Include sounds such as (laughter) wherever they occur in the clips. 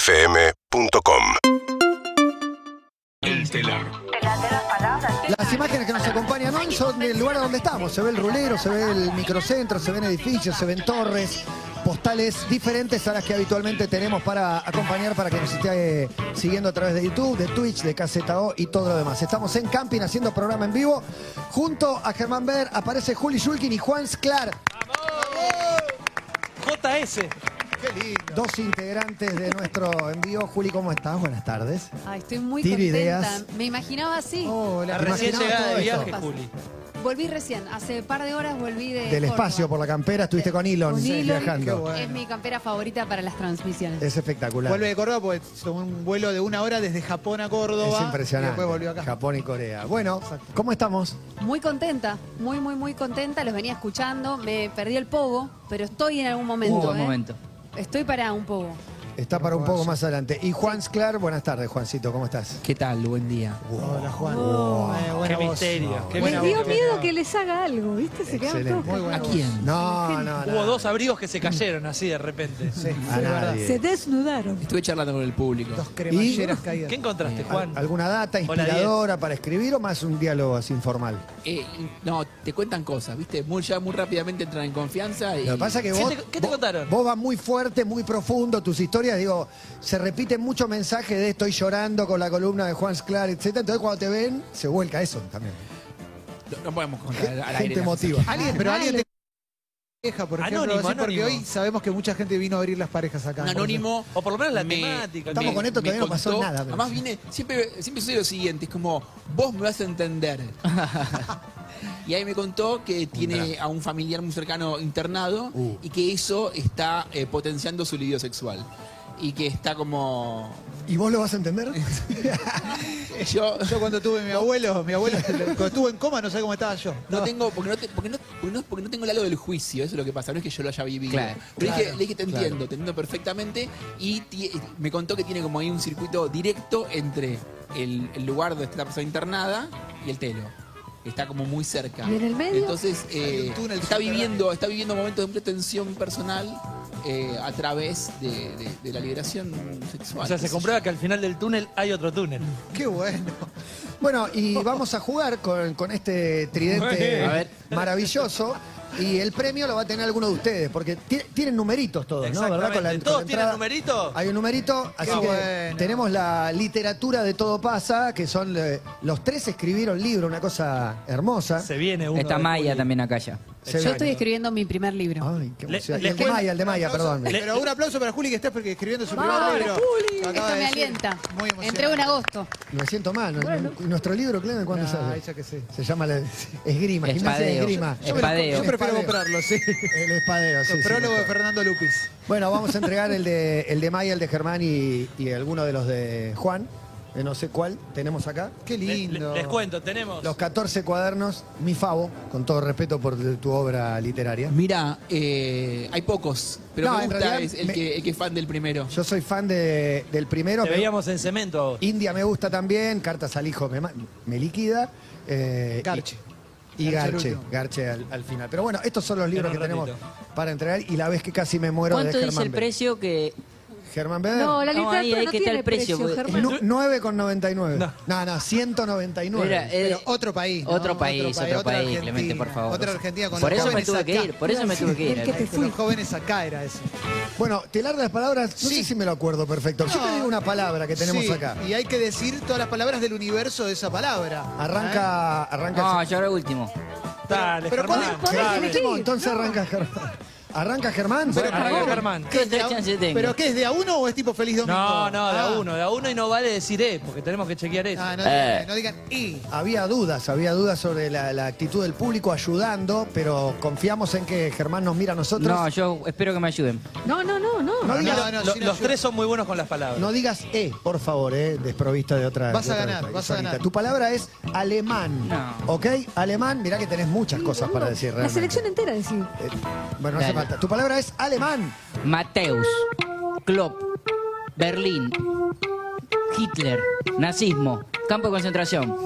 UrbanaPlayFM.com El telar. Las imágenes que nos acompañan hoy son del lugar donde estamos. Se ve el rulero, se ve el microcentro, se ven edificios, se ven torres, postales diferentes a las que habitualmente tenemos para acompañar para que nos esté eh, siguiendo a través de YouTube, de Twitch, de Caseta O y todo lo demás. Estamos en Camping haciendo programa en vivo. Junto a Germán Ver aparece Juli Shulkin y Juan Sclar, JS. dos integrantes de nuestro envío. Juli, ¿cómo estás? Buenas tardes. Ay, estoy muy Tiro contenta. ideas. Oh. Me imaginaba así. Hola, ¿te Recién imaginabas llegada todo de esto? viaje, Juli. Volví recién, hace un par de horas volví de Del espacio por Córdoba. la campera estuviste con Elon, Con sí, Elon, viajando. Qué bueno. Es mi campera favorita para las transmisiones. Es espectacular. Vuelve de Córdoba porque tomó un vuelo de una hora desde Japón a Córdoba. Es Y impresionante. después volvió acá. Japón y Corea. Bueno, ¿cómo estamos? Muy contenta, muy, muy, muy contenta. Los venía escuchando, me perdí el pogo, pero estoy en algún momento. Hubo un ¿eh? momento. Estoy para un pogo. Está para un poco más adelante. Y Juan Sclar, buenas tardes, Juancito, ¿cómo estás? ¿Qué tal? Buen día. Hola, Juan. Oh. Eh, buena Qué voz. misterio, qué Buena Me misterio. Me dio voz. miedo que les haga algo, ¿viste? Se quedaron Excelente. todos. Muy buena ¿A voz. quién? No, no, no. Hubo dos abrigos que se cayeron así de repente. Sí, sí, A verdad. nadie. Se desnudaron. Estuve charlando con el público. Dos cremalleras ¿Y? caídas. ¿Qué Eh, encontraste, Juan? ¿Alguna data Hola, inspiradora para escribir o más un diálogo así informal? Eh, y- no, te cuentan cosas, ¿viste? Muy, ya muy rápidamente entran en confianza y... Lo que pasa es que ¿Qué vos, te- qué te vos- contaron? Vos vas muy fuerte, muy profundo, tus historias, digo, se repiten muchos mensajes de estoy llorando con la columna de Juan Sclar, etc. Entonces cuando te ven, se vuelca eso también. No, no podemos contar al aire. Gente las cosas. emotiva. Alguien, pero alguien te queja, por ejemplo, Anónimo, así, porque anónimo. hoy sabemos que mucha gente vino a abrir las parejas acá. Un anónimo... O por lo menos la me- temática. Estamos me- con esto, me todavía no pasó contó. nada, pero- Además vine... Siempre, siempre soy lo siguiente, es como, vos me vas (laughs) a entender. y ahí me contó que tiene a un familiar muy cercano internado Uh. y que eso está eh, potenciando su libido sexual. Y que (laughs) está como... ¿Y vos lo vas a entender? Yo... Yo cuando tuve mi abuelo, mi (laughs) abuelo cuando estuvo en coma, no sé cómo estaba yo. No tengo, porque no, te- porque, no, porque, no, porque no tengo el halo del juicio, eso es lo que pasa, no es que yo lo haya vivido. Claro. Pero dije- Claro. le dije, te entiendo, te entiendo perfectamente, y ti- eh, me contó que tiene como ahí un circuito directo entre el, el lugar donde está la persona internada y el telo. que Está como muy cerca. ¿Y en el medio? Entonces, eh, Hay un túnel está, subterráneo. viviendo, está viviendo momentos de mucha tensión personal eh, a través de, de- de la liberación sexual. O sea, se comprueba que al final del túnel hay otro túnel. (laughs) Qué bueno. Bueno, y vamos a jugar con, con este tridente A ver. maravilloso. Y el premio lo va a tener alguno de ustedes, porque ti- tienen numeritos todos, ¿no? ¿Verdad? Con la- con la Exactamente. ¿Todos tienen entrada. numerito? Hay un numerito, así que bueno. tenemos la literatura de Todo Pasa, que son eh, los tres escribieron libro, una cosa hermosa. Se viene uno. Está de Maya Juli. también acá ya. Se Yo ve- estoy escribiendo mi primer libro. Ay, qué Le- emoción. Y les el de cuento- Maya, el de Maya, perdón. Le- Pero un aplauso para Juli que está porque escribiendo su Vamos, primer libro. Lo acaba Esto de me decir. alienta. Muy emocionante. Entrego en agosto. Me siento mal. ¿no? ¿Y Nuestro libro, Clemen, ¿cuándo Ah, sale? ella que sí. Se llama la- Esgrima, gimnasia de Espadeo. esgrima. Yo me lo- Espadeo. Yo prefiero Espadeo. comprarlo, sí. El espadeo, sí. Con sí, prólogo de mejor. Fernando Lupis. Bueno, vamos a entregar el de, el de Maya, el de Germán y, y alguno de los de Juan, de no sé cuál, tenemos acá. Qué Le- le- lindo. les cuento, tenemos. Los 14 cuadernos, mi favo, con todo respeto por tu obra literaria. Mira, eh, hay pocos, pero No, me en gusta realidad es el, me- que, el que es fan del primero. Yo soy fan de- del primero. Te me- veíamos en cemento a vos. India me gusta también, Cartas al Hijo me, ma- me liquida. eh, Garche. Y, y Garche Garche, el último. Garche al, al final. Pero bueno, estos son los libros que Espera un tenemos para entregar y la vez que casi me muero de ¿Cuánto dice Germán el Beder. precio que Germán Beder. No, la No, literatura ahí hay no que estar tiene el precio, precio, porque- Germán. Nu- 9,99. No. No. no, 199. Mira, eh, Pero otro país. ¿no? otro país, otro país, otra Clemente, por favor. Otra Argentina con Por los eso me jóvenes tuve acá. que ir, por eso me tuve que ir. El que te Con los fui. jóvenes acá era eso. Bueno, telar de las palabras, no Sí. sé si me lo acuerdo perfecto. Yo te digo una palabra que tenemos Sí, acá. Y hay que decir todas las palabras del universo de esa palabra. ¿eh? Arranca, arranca. No, yo era el último. Dale, pero ¿cuál- Germán. cuál Pero es dale. el último, entonces arranca Germán. Arranca Germán. Pero, Bueno, Arranca por favor. Germán. ¿Qué es de ¿Cuántas a- chances ¿Eh? tengo? ¿Pero qué es de a uno o es tipo feliz domingo? No, no, de a Ah. uno, de a uno y no vale decir eh, porque tenemos que chequear eso. Ah, no, digan, Eh. no digan y. había dudas, había dudas sobre la, la actitud del público ayudando, pero confiamos en que Germán nos mira a nosotros. No, yo espero que me ayuden. No, no, no, no. No digas, no, no, Lo- sin los ayuda. tres son muy buenos con las palabras. no digas eh, por favor, eh, desprovista de otra. Vas de a otra ganar, vez, vas a Sonita. ganar. Tu palabra es alemán, No. ¿ok? Alemán, mirá que tenés muchas cosas para decir. La Realmente. selección entera decir. Eh, bueno, no hace Dale. falta. Tu palabra es alemán. Mateus, Klopp, Berlín, Hitler, nazismo, campo de concentración.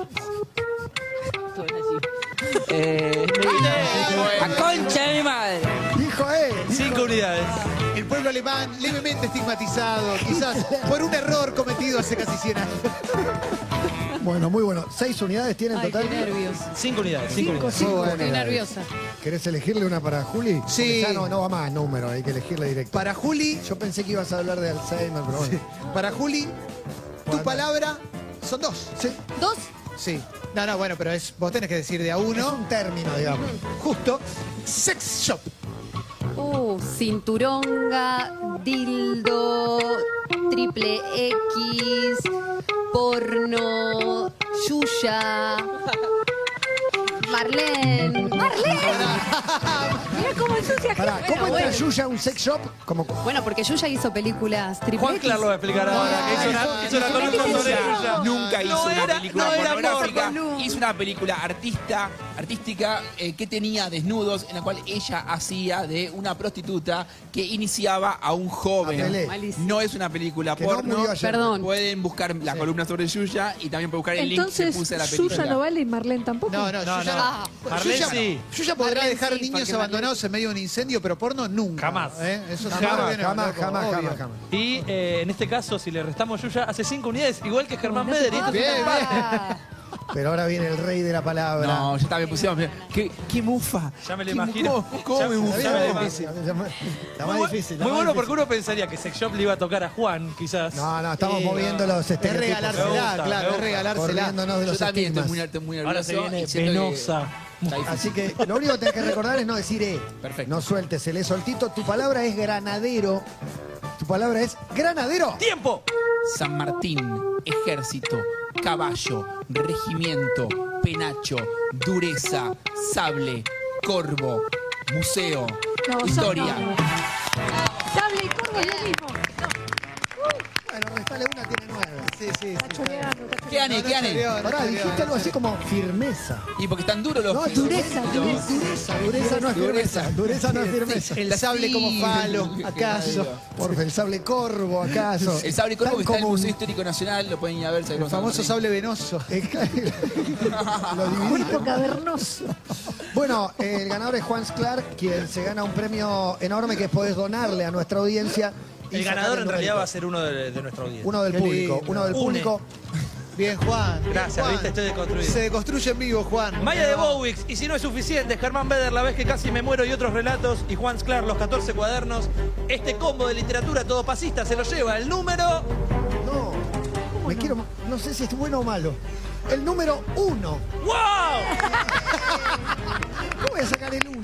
Eh, no- ¡A concha de mi madre! Dijo "Eh". él. Cinco unidades. El pueblo alemán levemente estigmatizado, quizás por un error cometido hace casi 100 años. Bueno, muy bueno. Seis unidades tienen Ay, qué total. nervios. Cinco unidades, cinco, Muy unidades. buena Estoy idea. nerviosa. ¿Querés elegirle una para Juli? Porque Sí. Ya no, no va más número, hay que elegirle directo. Para Juli, Yo pensé que ibas a hablar de Alzheimer, pero bueno. para Juli, tu Bueno. palabra son dos. Sí, Dos, Sí. No, no, bueno, pero es, vos tenés que decir de a es uno. un término, digamos. Justo. Sex shop. uh, cinturonga, dildo, triple X, porno, Yuya, Marlene. ¡Marlene! Mira cómo ensucia Pará, gente. ¿cómo Bueno, entra bueno. Yuya a un sex shop? Como, Bueno, porque Yuya hizo películas triple Juan X. Clark lo va a explicar ahora, que hizo una, hizo una no, columna no, sobre no, ella. Nunca hizo No una era- película no era pornográfica. porno. Hizo una película artista, artística eh, que tenía desnudos, en la cual ella hacía de una prostituta que iniciaba a A un Pelé. joven. Malísimo. No es una película que no porno. murió ayer. Perdón. Pueden buscar la columna sobre Yuya y también pueden buscar el link que puse a la Entonces, película. Suya no vale y Marlene tampoco. No, no, No, yo ya no. Ah. Marlene sí. Yuya podrá Marlene dejar sí, niños porque abandonados en medio de un incendio, pero porno nunca. Jamás. ¿eh? Eso Jamás, seguro que no, jamás, loco, jamás, obvio. jamás, jamás. Y eh, en este caso, si le restamos Yuya, hace cinco unidades, igual que Germán Beder. y esto es Bien, una- Ah, Pero ahora viene el rey de la palabra. No, ya está, me pusieron. ¿Qué, qué mufa? Ya me lo ¿Qué- imagino. ¿Cómo, cómo Ya- me ya mufa? me La lo más imagino. difícil, la más- la más Muy bu- difícil. la Muy más bueno, difícil. porque uno pensaría que Sex Shop le iba a tocar a Juan, quizás. Eh, No, no, estamos Y- moviendo los Es regalársela, Me estereotipos. gusta, me claro, es gusta. regalársela. Corriéndonos de Yo los también estoy muy, estigmas. estoy muy Ahora nervioso. se viene y siento que venosa. está difícil. Así que lo único que tenés que recordar es no decir eh. Perfecto. No sueltes el eh soltito. Tu palabra es granadero. Tu palabra es granadero. ¡Tiempo! San Martín, ejército, caballo, regimiento, penacho, dureza, sable, corvo, museo, No, son historia. no. Sable y corvo es lo mismo. Bueno, restale una, tiene nueve. Sí, sí, Está sí. choreando, está ¿Qué gané? choreando. No, no ¿Qué gané? salió, no Pará, salió, dijiste no algo así como firmeza. Y porque están duros los No, pisos, dureza, los- dureza. Dureza, dureza no es firmeza. Dureza no es firmeza. El sable como Sí. falo, Qué acaso. maravilla. Por el sable corvo, acaso. El sable corvo Tan que está en el común. Museo Histórico Nacional, lo pueden ir a ver. El famoso sable venoso. Es que- Lo dividí. Pulpo cavernoso. Bueno, eh, el ganador es Juan Clark, quien se gana un premio enorme que podés donarle a nuestra audiencia. y El sacar ganador en realidad numerito. va a ser uno de, de nuestra audiencia. Uno del Qué público, lindo. uno del Une. público. Bien, Juan. bien, Gracias, Juan. viste, estoy deconstruido. Se deconstruye en vivo, Juan. Maya de Bowix, y si no es suficiente, Germán Beder, La vez que casi me muero y otros relatos, y Juan Sclar, Los 14 cuadernos. Este combo de literatura todo pasista se lo lleva el número... No, me quiero. ma- No sé si es bueno o malo. El número uno. ¡Wow! ¿Cómo voy a sacar el uno?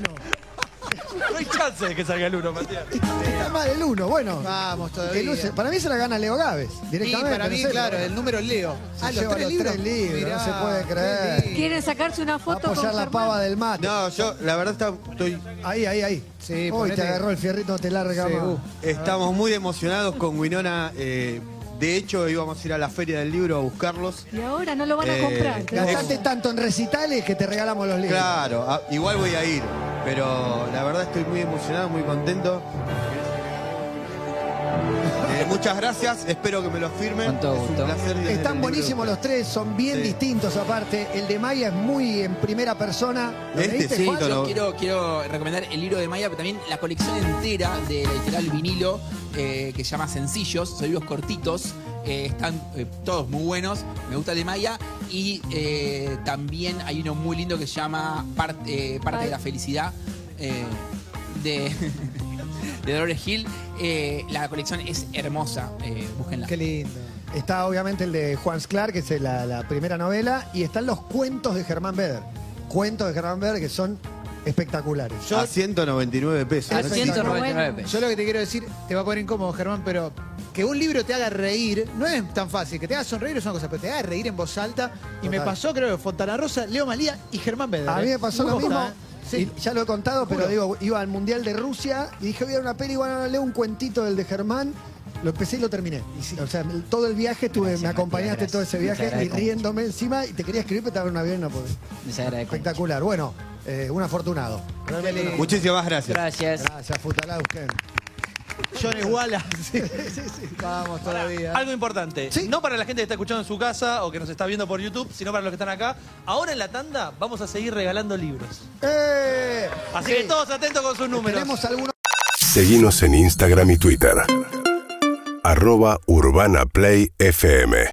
No hay chance de que salga el uno, Matías. Está mal el uno, bueno. Vamos todavía. El uno- para mí se la gana Leo Gávez, Sí, directamente. para en mí, serio. claro, el número Leo. Se lleva los tres libros, no se puede creer. qué lindo. Quieren sacarse una Va a foto con apoyar la Germán. pava del mate. No, yo la verdad está- estoy, Ahí, ahí, ahí. Sí, Hoy ponete- te agarró el fierrito, te larga Sí, más. uh. estamos muy emocionados con Winona. eh, de hecho, íbamos a ir a la feria del libro a buscarlos. Y ahora no lo van a Eh, comprar. te lo juro. Gastaste tanto en recitales que te regalamos los libros. Claro, ah, igual voy a ir, pero la verdad estoy muy emocionado, muy contento. Eh, muchas gracias, espero que me los firmen. Con todo es un gusto. placer tener el Están libro. buenísimos los tres, son bien Sí. distintos aparte. El de Maya es muy en primera persona. ¿Lo Este leíste, sí, Juan? todo Yo lo- quiero, quiero recomendar el libro de Maya, pero también la colección entera de la editorial vinilo, eh, que se llama Sencillos, son libros cortitos, eh, están eh, todos muy buenos, me gusta el de Maya, y eh, también hay uno muy lindo que se llama Part- eh, Parte Ay. de la Felicidad, eh, de, (laughs) de Dolores Hill. Eh, la colección es hermosa, eh, búsquenla. Qué lindo. Está obviamente el de Juan Sclar, que es la, la primera novela, y están los cuentos de Germán Beder. Cuentos de Germán Beder que son espectaculares. Ah, a 199 pesos. A ¿no? 199 pesos. Yo lo que te quiero decir, te va a poner incómodo, Germán, pero que un libro te haga reír no es tan fácil. Que te haga sonreír es una cosa, pero te haga reír en voz alta. Y me Total. pasó, creo, Fontana Rosa, Leo Malía y Germán Beder. A mí ¿eh? me pasó lo Posta, mismo. ¿eh? Sí. y ya lo he contado, pero Juro. digo, iba al Mundial de Rusia y dije, voy a ver una peli, bueno, leo un cuentito del de Germán. Lo empecé y lo terminé. O sea, el- todo el viaje estuve, me acompañaste Matías, todo ese gracias. viaje Te y agradezco riéndome encima y te quería escribir, pero estaba en un avión y no podía. Les agradezco. Espectacular. Bueno, eh, un afortunado. Qué lindo. Muchísimas gracias. Gracias. Gracias, Futalauken. Jones Wallace. (laughs) Sí, sí, sí. Vamos todavía. Algo importante, Sí. no para la gente que está escuchando en su casa o que nos está viendo por YouTube, sino para los que están acá. Ahora en la tanda vamos a seguir regalando libros. ¡Eh! Así que todos atentos con sus números. Tenemos algunos. Seguimos en Instagram y Twitter. Arroba Urbana Play FM.